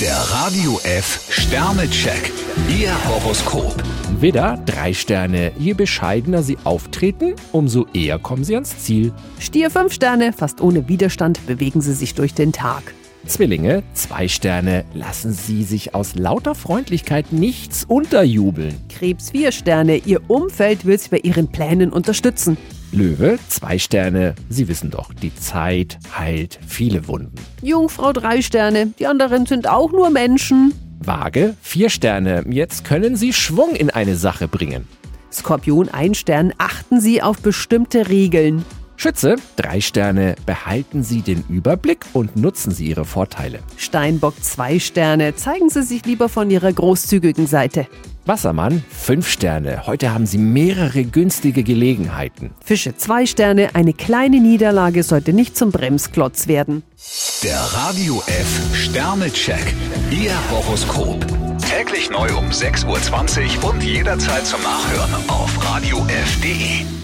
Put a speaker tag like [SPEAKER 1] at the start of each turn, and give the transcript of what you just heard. [SPEAKER 1] Der Radio F Sternecheck. Ihr Horoskop.
[SPEAKER 2] Widder, drei Sterne. Je bescheidener Sie auftreten, umso eher kommen Sie ans Ziel.
[SPEAKER 3] Stier 5 Sterne, fast ohne Widerstand bewegen Sie sich durch den Tag.
[SPEAKER 2] Zwillinge, zwei Sterne. Lassen Sie sich aus lauter Freundlichkeit nichts unterjubeln.
[SPEAKER 3] Krebs 4 Sterne, Ihr Umfeld will Sie bei Ihren Plänen unterstützen.
[SPEAKER 2] Löwe, zwei Sterne. Sie wissen doch, die Zeit heilt viele Wunden.
[SPEAKER 3] Jungfrau 3 Sterne, die anderen sind auch nur Menschen.
[SPEAKER 2] Waage, vier Sterne. Jetzt können Sie Schwung in eine Sache bringen.
[SPEAKER 3] Skorpion 1 Stern, achten Sie auf bestimmte Regeln.
[SPEAKER 2] Schütze, drei Sterne. Behalten Sie den Überblick und nutzen Sie Ihre Vorteile.
[SPEAKER 3] Steinbock 2 Sterne, zeigen Sie sich lieber von Ihrer großzügigen Seite.
[SPEAKER 2] Wassermann, fünf Sterne. Heute haben Sie mehrere günstige Gelegenheiten.
[SPEAKER 3] Fische 2 Sterne, eine kleine Niederlage sollte nicht zum Bremsklotz werden.
[SPEAKER 1] Der Radio F Sternecheck. Ihr Horoskop. Täglich neu um 6.20 Uhr und jederzeit zum Nachhören auf Radio radiof.de.